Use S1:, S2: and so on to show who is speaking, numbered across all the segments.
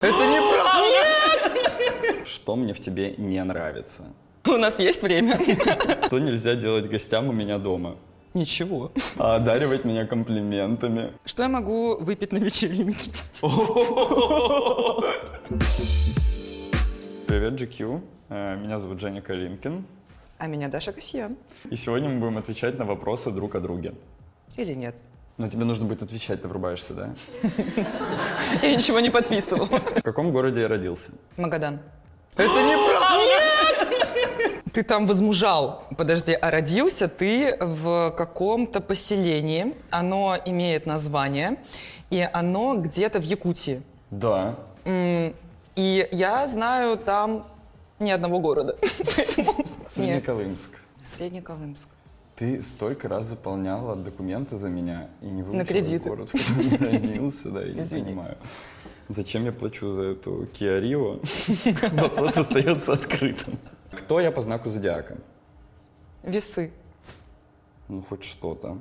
S1: Это неправда! Что мне в тебе не нравится?
S2: У нас есть время.
S1: Что нельзя делать гостям у меня дома?
S2: Ничего.
S1: А одаривать меня комплиментами.
S2: Что я могу выпить на вечеринке?
S1: Привет, GQ. Э, Меня зовут Женя Калинкин.
S2: А меня Даша Касьян.
S1: И сегодня мы будем отвечать на вопросы друг о друге.
S2: Или нет?
S1: Но тебе нужно будет отвечать, ты врубаешься, да?
S2: Я ничего не подписывал.
S1: В каком городе я родился?
S2: Магадан.
S1: Это неправда!
S2: Ты там возмужал. Подожди, а родился ты в каком-то поселении. Оно имеет название. И оно где-то в Якутии.
S1: Да.
S2: М, И я знаю там ни одного города. Поэтому- Нет.
S1: Среднеколымск.
S2: Среднеколымск.
S1: Ты столько раз заполняла документы за меня и не выучила
S2: кредиты.
S1: город, в котором я родился, да, я не
S2: Извини.
S1: понимаю. Зачем я плачу за эту Kia Rio? Вопрос остается открытым. Кто я по знаку зодиака?
S2: Весы.
S1: Ну, хоть что-то.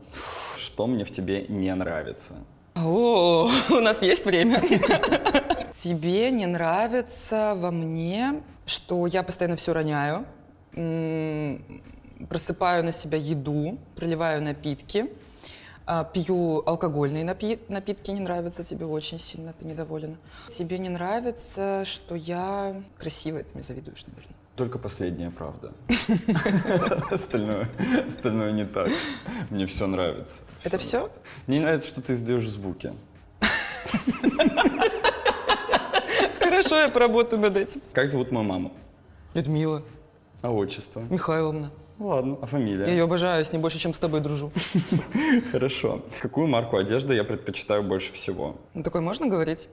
S1: Что мне в тебе не нравится?
S2: О, у нас есть время. Тебе не нравится во мне, что я постоянно все роняю, м, просыпаю на себя еду, проливаю напитки, а, пью алкогольные напи- напитки, не нравятся тебе очень сильно, ты недоволен. Тебе не нравится, что я красивая, ты мне завидуешь, наверное.
S1: Только последняя правда. Остальное, остальное не так. Мне все нравится.
S2: Это все?
S1: Мне нравится, что ты издаешь звуки.
S2: Хорошо, я поработаю над этим.
S1: Как зовут мою маму?
S2: Людмила
S1: А отчество?
S2: Михайловна,
S1: Ну, Ладно, а фамилия?
S2: я ее обожаю, я с ней больше, чем с тобой дружу.
S1: Хорошо. Какую марку одежды я предпочитаю больше всего?
S2: Ну, такое можно говорить?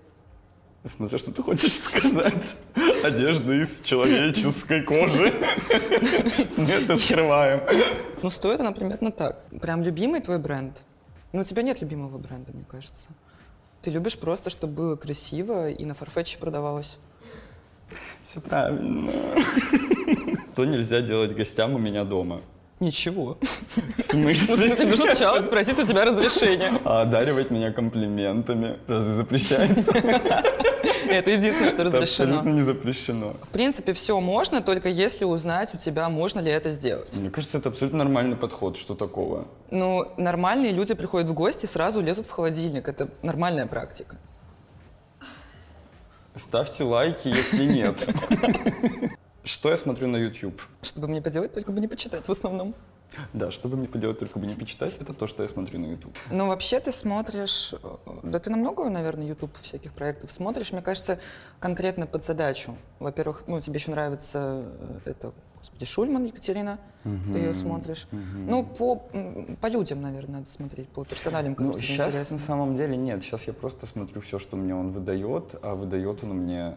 S1: Смотря что ты хочешь сказать. Одежда из человеческой кожи. Мы это скрываем.
S2: Ну, стоит она примерно так. Прям любимый твой бренд? Ну, у тебя нет любимого бренда, мне кажется. Ты любишь просто, чтобы было красиво и на Farfetch продавалось.
S1: Все правильно. Что нельзя делать гостям у меня дома?
S2: Ничего.
S1: В
S2: Ну, в смысле,
S1: смысле?
S2: нужно сначала спросить у тебя разрешение.
S1: А одаривать меня комплиментами разве запрещается?
S2: Это единственное, что
S1: Это абсолютно
S2: разрешено.
S1: не запрещено.
S2: В принципе, все можно, только если узнать у тебя, можно ли это сделать.
S1: Мне кажется, это абсолютно нормальный подход. Что такого?
S2: Ну, нормальные люди приходят в гости и сразу лезут в холодильник. Это нормальная практика.
S1: Ставьте лайки, если нет. Что я смотрю на YouTube?
S2: Чтобы мне поделать, только бы не почитать в основном.
S1: Да, что бы мне поделать, только бы не почитать, это то, что я смотрю на YouTube.
S2: Ну, вообще ты смотришь, э, да ты на много, наверное, YouTube всяких проектов смотришь, мне кажется, конкретно под задачу. Во-первых, ну, тебе еще нравится, э, это, господи, Шульман Екатерина, ты ее смотришь. Ну, по, м, по людям, наверное, надо смотреть, по персоналям, которые
S1: Ну,
S2: тебе
S1: сейчас
S2: интересны.
S1: на самом деле нет. Сейчас я просто смотрю все, что мне он выдает, а выдает он мне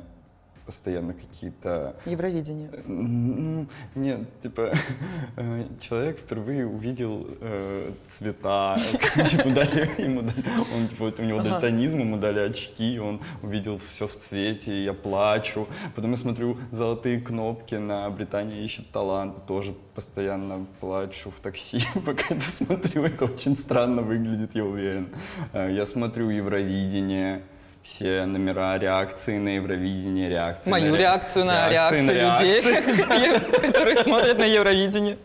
S1: постоянно какие-то...
S2: Евровидение.
S1: Ну, нет, типа, э, человек впервые увидел э, цвета, ему дали, ему дали- он, типа, вот у него дальтонизм, ему дали очки, и он увидел все в цвете, и я плачу. Потом я смотрю золотые кнопки на Британия ищет талант, тоже постоянно плачу в такси, пока это смотрю, это очень странно выглядит, я уверен. Э, Я смотрю Евровидение, все номера реакции на Евровидение, реакции
S2: Мою
S1: ре-
S2: реакцию на
S1: реакции
S2: реакции людей, которые смотрят на Евровидение.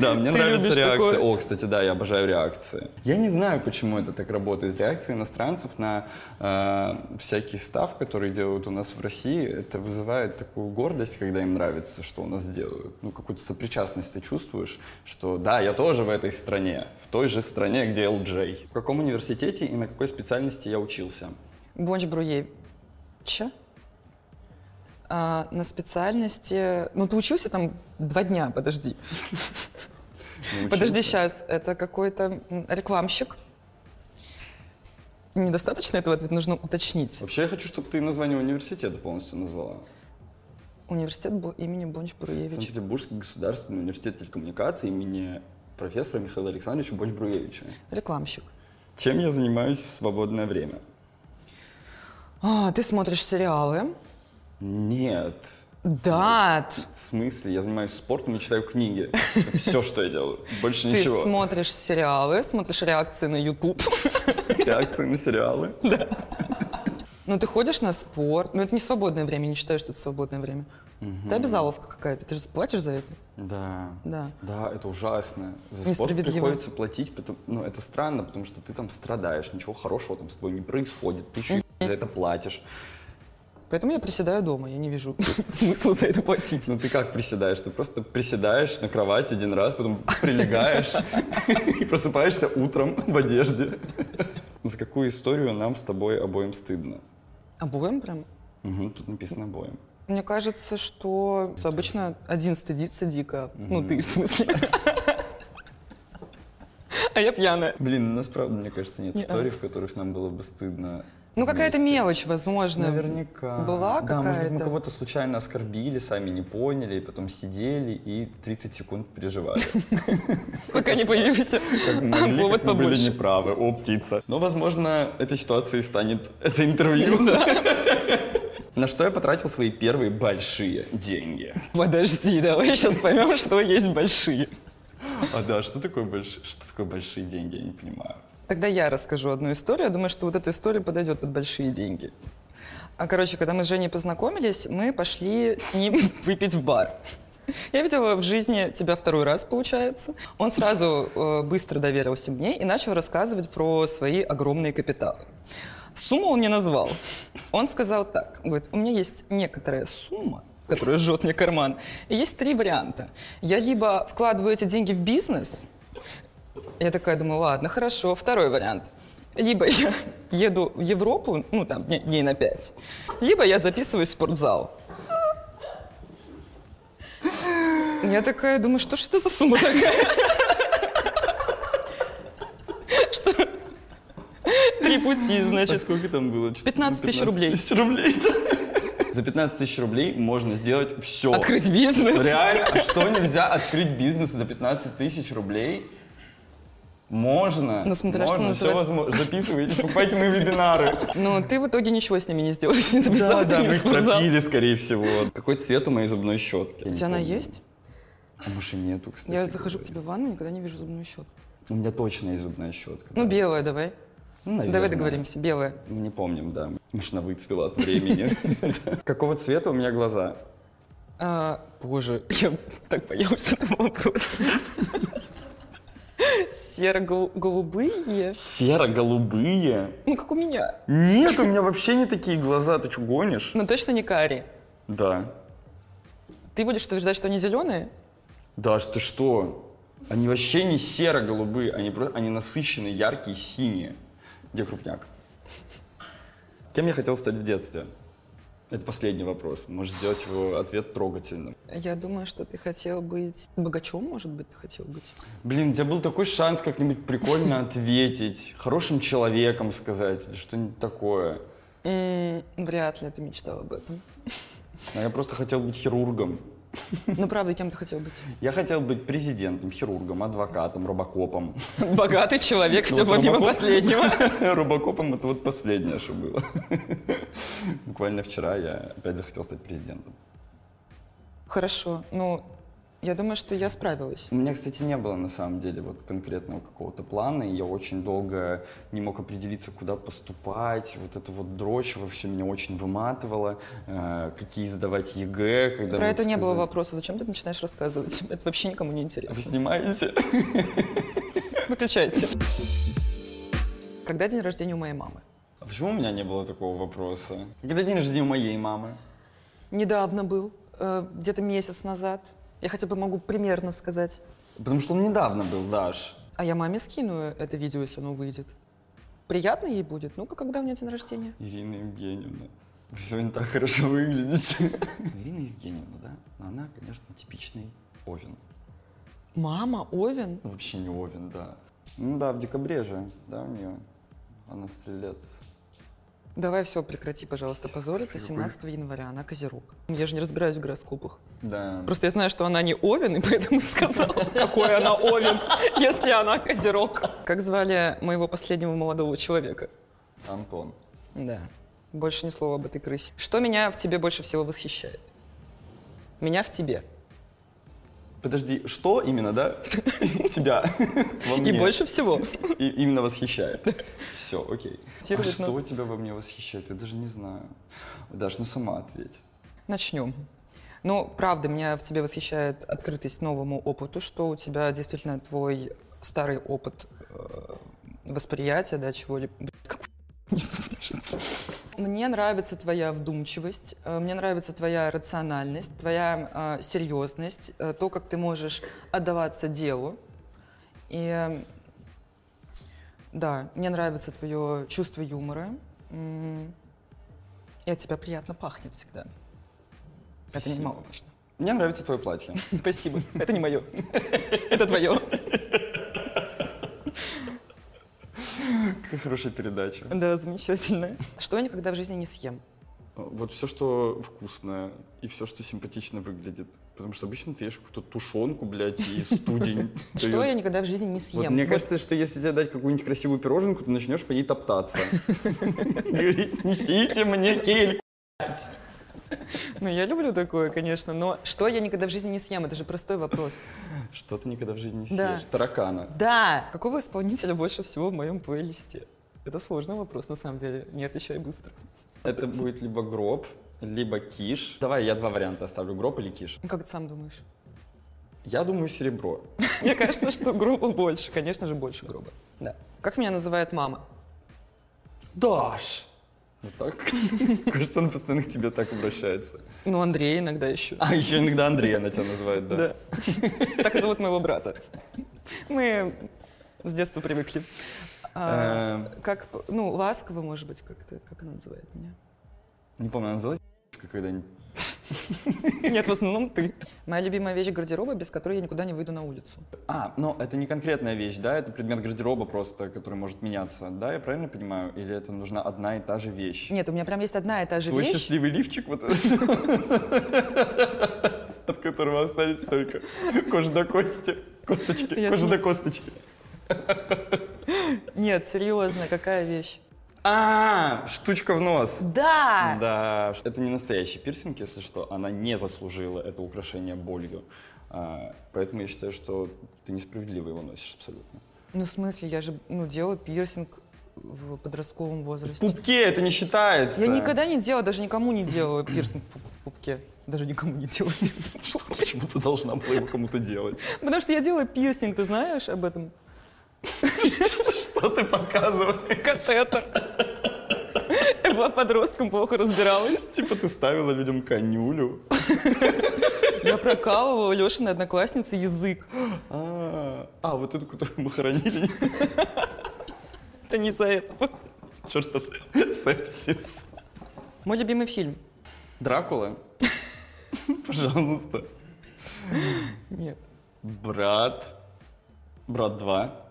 S1: Да, мне
S2: Ты
S1: нравится
S2: любишь
S1: реакция.
S2: такое?
S1: О, кстати, да, я обожаю реакции. Я не знаю, почему это так работает. Реакции иностранцев на э, всякий став, который делают у нас в России, это вызывает такую гордость, когда им нравится, что у нас делают. Ну, какую-то сопричастность ты чувствуешь, что да, я тоже в этой стране, в той же стране, где LJ. В каком университете и на какой специальности я учился?
S2: Бонч Бруевича а, на специальности... Ну, ты учился там два дня, подожди.
S1: Ну,
S2: Подожди,
S1: учился.
S2: сейчас. Это какой-то м, рекламщик. Недостаточно этого ответа, нужно уточнить.
S1: Вообще, я хочу, чтобы ты название университета полностью назвала.
S2: Университет бо- имени Бонч Бруевича.
S1: Санкт-Петербургский государственный университет телекоммуникаций имени профессора Михаила Александровича Бонч-Бруевича.
S2: Рекламщик.
S1: Чем я занимаюсь в свободное время?
S2: А, ты смотришь сериалы.
S1: Нет.
S2: Да, т-
S1: В смысле? Я занимаюсь спортом и читаю книги. Это все, что я делаю. Больше
S2: ты
S1: ничего.
S2: смотришь сериалы, смотришь реакции на YouTube.
S1: Реакции на сериалы.
S2: Ну, ты ходишь на спорт, но это не свободное время, не считаю, что это свободное время.
S1: Мгм.
S2: Это обязаловка какая-то, ты же платишь за это,
S1: Да.
S2: да.
S1: Да, это ужасно. За спорт
S2: Несправедливо.
S1: приходится платить, потом, ну это странно, потому что ты там страдаешь, ничего хорошего там с тобой не происходит, ты еще и за это платишь.
S2: Поэтому я приседаю дома, я не вижу смысла за это платить.
S1: Ну ты как приседаешь? Ты просто приседаешь на кровать один раз, потом прилегаешь и просыпаешься утром в одежде. За какую историю нам с тобой обоим стыдно?
S2: Обоим прям.
S1: Мгм, Тут написано обоим.
S2: Мне кажется, что обычно один стыдится дико. Ну, ты в смысле. А я пьяная.
S1: Блин, у нас правда, мне кажется, нет
S2: Не, а.
S1: историй, в которых нам было бы стыдно.
S2: Ну, какая-то
S1: вместе.
S2: мелочь, возможно.
S1: Наверняка.
S2: Была
S1: да, может быть, мы
S2: какая-то?
S1: кого-то случайно оскорбили, сами не поняли, и потом сидели и 30 секунд переживали.
S2: Пока не появился
S1: Как могли,
S2: повод
S1: как мы были
S2: побольше.
S1: неправы. О, птица. Но, возможно, этой ситуацией станет это интервью. На что я потратил свои первые большие деньги?
S2: Подожди, давай сейчас поймем, что есть большие.
S1: А да, что такое большие? Что такое большие деньги? Я не понимаю.
S2: Тогда я расскажу одну историю. Я думаю, что вот эта история подойдет под большие деньги. А, короче, когда мы с Женей познакомились, мы пошли с ним выпить в бар. Я видела в жизни тебя второй раз, получается. Он сразу э, быстро доверился мне и начал рассказывать про свои огромные капиталы. Сумму он не назвал. Он сказал так, говорит, у меня есть некоторая сумма, которая жжет мне карман, и есть три варианта. Я либо вкладываю эти деньги в бизнес, я такая думаю, ладно, хорошо, второй вариант. Либо я еду в Европу, ну там дней- дней на пять, либо я записываюсь в спортзал. Я такая думаю, что ж это за сумма такая? Что? Три пути,
S1: А
S2: значит.
S1: сколько там было? Чё-
S2: 15 тысяч рублей.
S1: тысяч рублей. За 15 тысяч рублей можно сделать все.
S2: Открыть бизнес.
S1: Реально, а что нельзя открыть бизнес за 15 тысяч рублей? Можно.
S2: Ну, смотря что
S1: можно, все
S2: называть.
S1: возможно. Записывайтесь, покупайте мои вебинары.
S2: Но Ну, ты в итоге ничего с ними не сделаешь, не
S1: Да,
S2: записался
S1: да,
S2: не
S1: мы
S2: в
S1: их
S2: спортзал.
S1: пропили, скорее всего. Какой цвет у моей зубной щетки?
S2: У тебя она есть?
S1: А может и нету, кстати.
S2: Я захожу к
S1: говоря.
S2: тебе в ванну, никогда не вижу зубную щетку.
S1: У меня точно есть зубная щетка.
S2: Ну,
S1: да.
S2: белая давай.
S1: Ну, наверное.
S2: Давай договоримся, белая.
S1: Не помним, да. Может, она выцвела от времени. Какого цвета у меня глаза?
S2: А, боже, я так боялась этого вопроса. Серо-голубые?
S1: Серо-голубые.
S2: Ну, как у меня.
S1: Нет, у меня вообще не такие глаза. Ты что, гонишь?
S2: Но точно не кари.
S1: Да.
S2: Ты будешь утверждать, что они зеленые?
S1: Да, что что? Они вообще не серо-голубые, они, про- они насыщенные, яркие, синие. Где крупняк? Кем я хотел стать в детстве? Это последний вопрос. Можешь сделать его ответ трогательным.
S2: Я думаю, что ты хотел быть богачом, может быть, ты хотел быть.
S1: Блин, у тебя был такой шанс как-нибудь прикольно ответить, хорошим человеком сказать, или что-нибудь такое.
S2: М, вряд ли ты мечтал об этом.
S1: А я просто хотел быть хирургом.
S2: Ну, правда, кем ты хотел быть?
S1: Я хотел быть президентом, хирургом, адвокатом, робокопом.
S2: Богатый человек,
S1: Ну,
S2: все
S1: вот
S2: помимо
S1: Робокоп-
S2: последнего.
S1: Робокопом это вот последнее, что было. Буквально вчера я опять захотел стать президентом.
S2: Хорошо, ну, я думаю, что я справилась.
S1: У меня, кстати, не было на самом деле вот конкретного какого-то плана, и я очень долго не мог определиться, куда поступать. Вот это вот дрочь во все меня очень выматывало. Э, какие сдавать ЕГЭ, когда
S2: Про
S1: вот
S2: это не было
S1: сказать-
S2: вопроса. Зачем ты начинаешь рассказывать? Это вообще никому не интересно.
S1: Вы снимаете?
S2: Выключайте. Когда день рождения у моей мамы?
S1: А почему у меня не было такого вопроса? Когда день рождения у моей мамы?
S2: Недавно был, э, где-то месяц назад. Я хотя бы могу примерно сказать.
S1: Потому что он недавно был, Даш.
S2: А я маме скину это видео, если оно выйдет. Приятно ей будет? Ну-ка, когда у нее день рождения?
S1: Ирина Евгеньевна. Вы сегодня так хорошо выглядите. Ирина Евгеньевна, да? Но она, конечно, типичный овен. Ну,
S2: Мама, Овен?
S1: Вообще не овен, да. Ну да, в декабре же, да, у нее? Она стрелец.
S2: Давай все, прекрати, пожалуйста,
S1: Пиздец,
S2: позориться.
S1: какой
S2: 17 января, она Козерог. Я же не разбираюсь в гороскопах.
S1: Да.
S2: Просто я знаю, что она не Овен, и поэтому сказала, какой она Овен, если она Козерог. Как звали моего последнего молодого человека?
S1: Антон.
S2: Да. Больше ни слова об этой крысе. Что меня в тебе больше всего восхищает? Меня в тебе.
S1: Подожди, что именно, да? Тебя во мне
S2: И больше всего.
S1: и- именно восхищает. Все, окей. А
S2: Серьезно?
S1: что тебя во мне восхищает? Я даже не знаю. Даш, ну сама ответь.
S2: Начнем. Ну, правда, меня в тебе восхищает открытость новому опыту, что у тебя действительно твой старый опыт э, восприятия, да, чего-либо. Блин, какой несу, кажется. Мне нравится твоя вдумчивость, э, мне нравится твоя рациональность, твоя э, серьезность, э, то, как ты можешь отдаваться делу. И э, да, мне нравится твое чувство юмора. М, И от тебя приятно пахнет всегда. Это немаловажно.
S1: Мне нравится твое платье.
S2: Спасибо. Это не мое. Это твое.
S1: Какая хорошая передача.
S2: Да, замечательно. Что я никогда в жизни не съем?
S1: Вот все, что вкусное и все, что симпатично выглядит. Потому что обычно ты ешь какую-то тушенку, блядь, и студень.
S2: Что я никогда в жизни не съем?
S1: Вот мне
S2: Вот
S1: кажется, что если тебе дать какую-нибудь красивую пироженку, ты начнешь по ней топтаться. Говорить, несите мне кельку.
S2: Ну, я люблю такое, конечно, но что я никогда в жизни не съем? Это же простой вопрос.
S1: Что ты никогда в жизни не
S2: Да.
S1: съешь? Таракана.
S2: Да! Какого исполнителя больше всего в моем плейлисте? Это сложный вопрос, на самом деле. Не отвечай быстро.
S1: Это будет либо гроб, либо киш. Давай я два варианта оставлю, гроб или киш.
S2: Ну, Как ты сам думаешь?
S1: Я думаю, серебро.
S2: Мне кажется, что грубо больше. Конечно же, больше грубо. Да. Как меня называет мама?
S1: Даш! Вот так? Кажется, он постоянно к тебе так обращается.
S2: Ну, Андрей иногда еще.
S1: А еще иногда Андрей она тебя называет, да.
S2: Так и зовут моего брата. Мы с детства привыкли. А,
S1: Э,
S2: Как, ну, ласково, может быть, как-то, как она называет меня.
S1: Не помню, она называлась когда-нибудь.
S2: Нет, в основном ты. Моя любимая вещь гардероба, без которой я никуда не выйду на улицу.
S1: А, но это не конкретная вещь, да? Это предмет гардероба просто, который может меняться, да? Я правильно понимаю? Или это нужна одна и та же вещь?
S2: Нет, у меня прям есть одна и та же
S1: Твой
S2: вещь.
S1: счастливый лифчик вот этот, от которого останется только кожа до кости. Косточки,
S2: Я
S1: кожа
S2: см-
S1: до косточки.
S2: Нет, серьезно, какая вещь?
S1: А, штучка в нос.
S2: Да!
S1: Да, это не настоящий пирсинг, если что. Она не заслужила это украшение болью. А, Поэтому я считаю, что ты несправедливо его носишь абсолютно.
S2: Ну, в смысле, я же, ну, делала пирсинг в подростковом
S1: В
S2: возрасте.
S1: пупке это не считается.
S2: Я никогда не делала, даже никому не делала пирсинг в пуп- в пупке. Даже никому не делала пирсинг. Шла.
S1: Почему ты должна была его кому-то делать?
S2: Потому что я делала пирсинг, ты знаешь об этом?
S1: Что ты показываешь?
S2: катетер. Я была подростком, плохо разбиралась.
S1: Типа ты ставила людям конюлю.
S2: Я прокалывала Лешиной однокласснице язык.
S1: А, а, вот эту, которую мы хоронили.
S2: Это не за это.
S1: Черт, это сепсис.
S2: Мой любимый фильм.
S1: Дракула? Пожалуйста.
S2: Нет.
S1: Брат. Брат 2.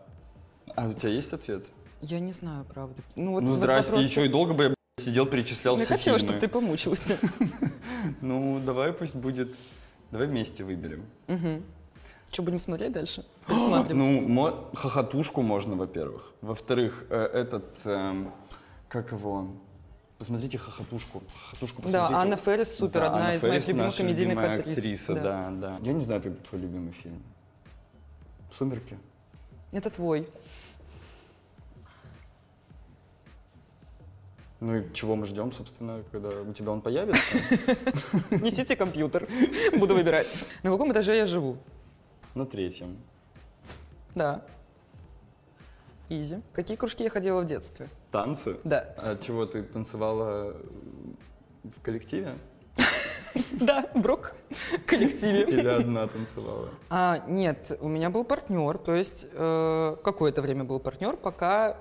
S1: А у тебя есть ответ?
S2: Я не знаю, правда. Ну, вот
S1: ну,
S2: вот
S1: здрасте,
S2: вопрос- Ну,
S1: еще и долго бы я блядь, сидел, перечислял
S2: Я
S1: все
S2: хотела,
S1: фильмы.
S2: чтобы ты помучился.
S1: Ну, давай пусть будет... Давай вместе выберем.
S2: Что, будем смотреть дальше? Пересматривать.
S1: Ну, мо- хохотушку можно, во-первых. Во-вторых, э, этот... эм, как его? Посмотрите хохотушку. Хохотушку
S2: Да,
S1: посмотрите.
S2: Анна Фэрис супер,
S1: Да,
S2: одна
S1: Анна
S2: из моих
S1: Фэрис
S2: любимых
S1: наша
S2: комедийных
S1: любимая
S2: актрис.
S1: актриса,
S2: Да.
S1: да. да, Я не знаю, какой твой любимый фильм. «Сумерки».
S2: Это твой.
S1: Ну и чего мы ждем, собственно, когда у тебя он появится?
S2: Несите компьютер. Буду выбирать. На каком этаже я живу?
S1: На третьем.
S2: Да. Изи. Какие кружки я ходила в детстве?
S1: Танцы?
S2: Да.
S1: А чего, ты танцевала в коллективе?
S2: Да, в рок-коллективе.
S1: Или одна танцевала?
S2: А, нет, у меня был партнер, то есть э, какое-то время был партнер, пока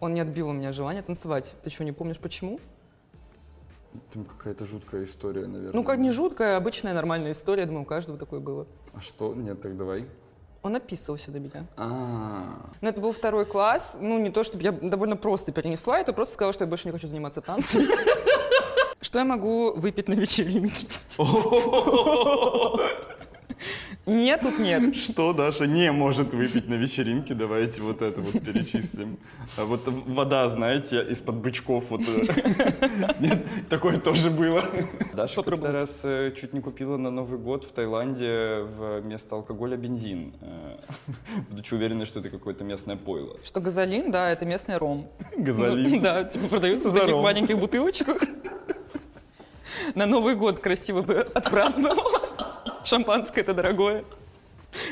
S2: он не отбил у меня желание танцевать. Ты что, не помнишь почему?
S1: Там какая-то жуткая история, наверное.
S2: Ну, как не жуткая, обычная нормальная история, думаю, у каждого такое было.
S1: А что? Нет, так давай.
S2: Он описывался до меня.
S1: А,
S2: Но это был второй класс, ну, не то чтобы я довольно просто перенесла это, просто сказала, что я больше не хочу заниматься танцами. Что я могу выпить на вечеринке? Нет, тут нет.
S1: Что Даша не может выпить на вечеринке? Давайте вот это вот перечислим. А вот вода, знаете, из-под бычков. Вот. э, Нет, такое тоже было. Даша как-то раз э, чуть не купила на Новый год в Таиланде в- вместо алкоголя бензин. Э, Будучи уверена, что это какое-то местное пойло.
S2: Что газолин, да, это местный ром.
S1: Газолин.
S2: Да, типа продают в
S1: За
S2: таких
S1: ром.
S2: маленьких бутылочках. На Новый год красиво бы отпраздновал. Шампанское это дорогое.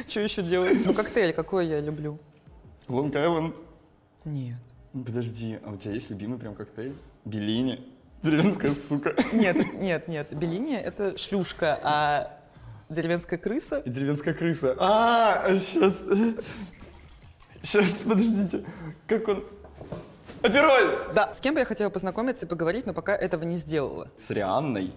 S2: Что еще делать? Ну, коктейль какой я люблю?
S1: Лонг-Айленд.
S2: Нет.
S1: Подожди, а у тебя есть любимый прям коктейль? Белини. Деревенская сука.
S2: Нет, нет, нет. Белини — это шлюшка, а деревенская крыса
S1: И деревенская крыса. А, сейчас. Сейчас, подождите. Как он? Опероль!
S2: Да, с кем бы я хотела познакомиться и поговорить, но пока этого не сделала.
S1: С Рианной.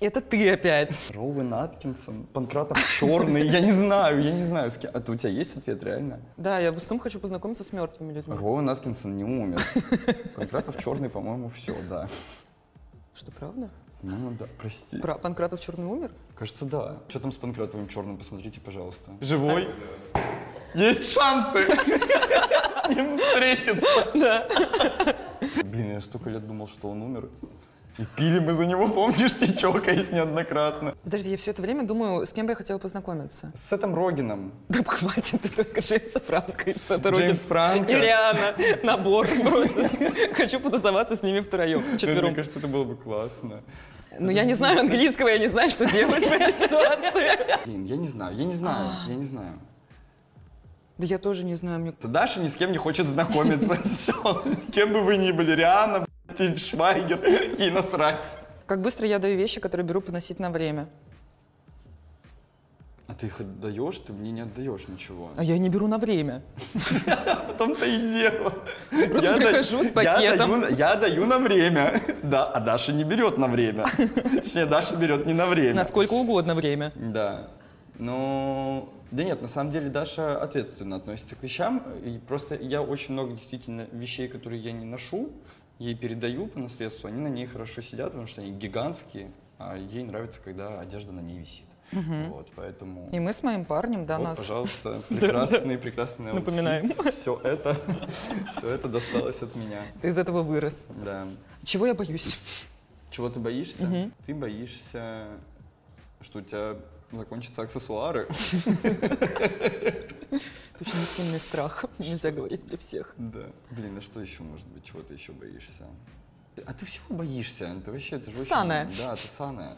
S2: Это ты опять.
S1: Роуэн Аткинсон, Панкратов Черный. Я не знаю, я не знаю, с кем. А то у тебя есть ответ, реально?
S2: Да, я в основном хочу познакомиться с мертвыми людьми.
S1: Роуэн Аткинсон не умер. Панкратов Черный, по-моему, все, да.
S2: Что, правда?
S1: Ну да, прости.
S2: Про Панкратов черный умер?
S1: Кажется, да. Что там с Панкратовым Черным, посмотрите, пожалуйста. Живой? Есть шансы! С ним встретиться.
S2: Да.
S1: Блин, я столько лет думал, что он умер. И пили мы за него, помнишь, не чокаясь неоднократно.
S2: Подожди, я все это время думаю, с кем бы я хотела познакомиться.
S1: С Сетом Рогином.
S2: Да хватит, ты только Джеймса Франка и Сета
S1: Джеймс Франко.
S2: И Риана. Набор просто. Хочу потусоваться с ними втроем,
S1: Ну, Мне
S2: четвером.
S1: кажется, это было бы классно.
S2: Ну, я не знаю английского, я не знаю, что делать в этой ситуации.
S1: Блин, я не знаю, я не знаю, я не знаю.
S2: Да я тоже не знаю, мне...
S1: Даша ни с кем не хочет знакомиться. Все. Кем бы вы ни были, Риана, блядь, Швайгер, ей насрать.
S2: Как быстро я даю вещи, которые беру поносить на время.
S1: А ты их отдаешь, ты мне не отдаешь ничего.
S2: А я не беру на время.
S1: В том-то и дело.
S2: Просто
S1: да-
S2: прихожу
S1: я даю
S2: с пакетом.
S1: на- Я даю на время. Да, а Даша не берет на время. Точнее, Даша берет не на время.
S2: На сколько угодно время.
S1: Да. Ну, да нет, на самом деле Даша ответственно относится к вещам. И просто я очень много действительно вещей, которые я не ношу, ей передаю по наследству, они на ней хорошо сидят, потому что они гигантские, а ей нравится, когда одежда на ней висит. Вот, поэтому...
S2: И мы с моим парнем, да,
S1: вот,
S2: нас.
S1: пожалуйста, прекрасный, прекрасный
S2: Напоминаем.
S1: Все это, все это досталось от меня.
S2: Ты из этого вырос.
S1: Да.
S2: Чего я боюсь?
S1: Чего ты боишься?
S2: Мгм.
S1: Ты боишься, что у тебя закончатся аксессуары.
S2: Это очень сильный страх. Нельзя говорить при всех.
S1: Да. Блин, а что еще может быть? Чего ты еще боишься? А ты всего боишься? Ты вообще, это же очень-
S2: Саная.
S1: Да, ты саная.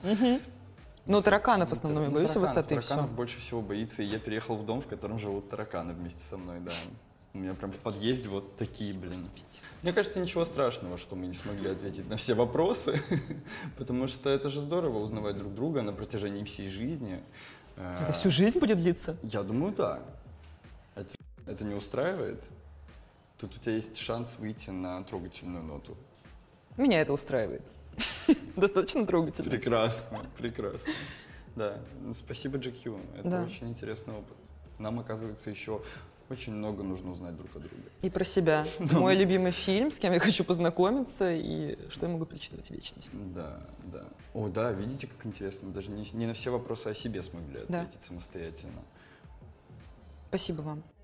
S2: Ну, тараканов в основном я
S1: Ну,
S2: боюсь, и
S1: тараканов-
S2: высоты,
S1: тараканов
S2: все.
S1: больше всего боится, и я переехал в дом, в котором живут тараканы вместе со мной, да. У меня прям в подъезде вот такие, блин. Мне кажется, ничего страшного, что мы не смогли ответить на все вопросы, потому что это же здорово узнавать друг друга на протяжении всей жизни. Э,
S2: Это всю жизнь будет длиться?
S1: Я думаю, да. А те- это не устраивает? Тут у тебя есть шанс выйти на трогательную ноту.
S2: Меня это устраивает. Достаточно трогательно.
S1: Прекрасно, прекрасно. Да, ну, спасибо GQ, это
S2: Да.
S1: очень интересный опыт. Нам, оказывается, еще очень много нужно узнать друг о друге.
S2: И про себя. Мой любимый фильм, с кем я хочу познакомиться, и что я могу причитывать вечность.
S1: Да, да. О, да, видите, как интересно, мы даже не, не на все вопросы о себе смогли
S2: Да.
S1: ответить самостоятельно.
S2: Спасибо вам.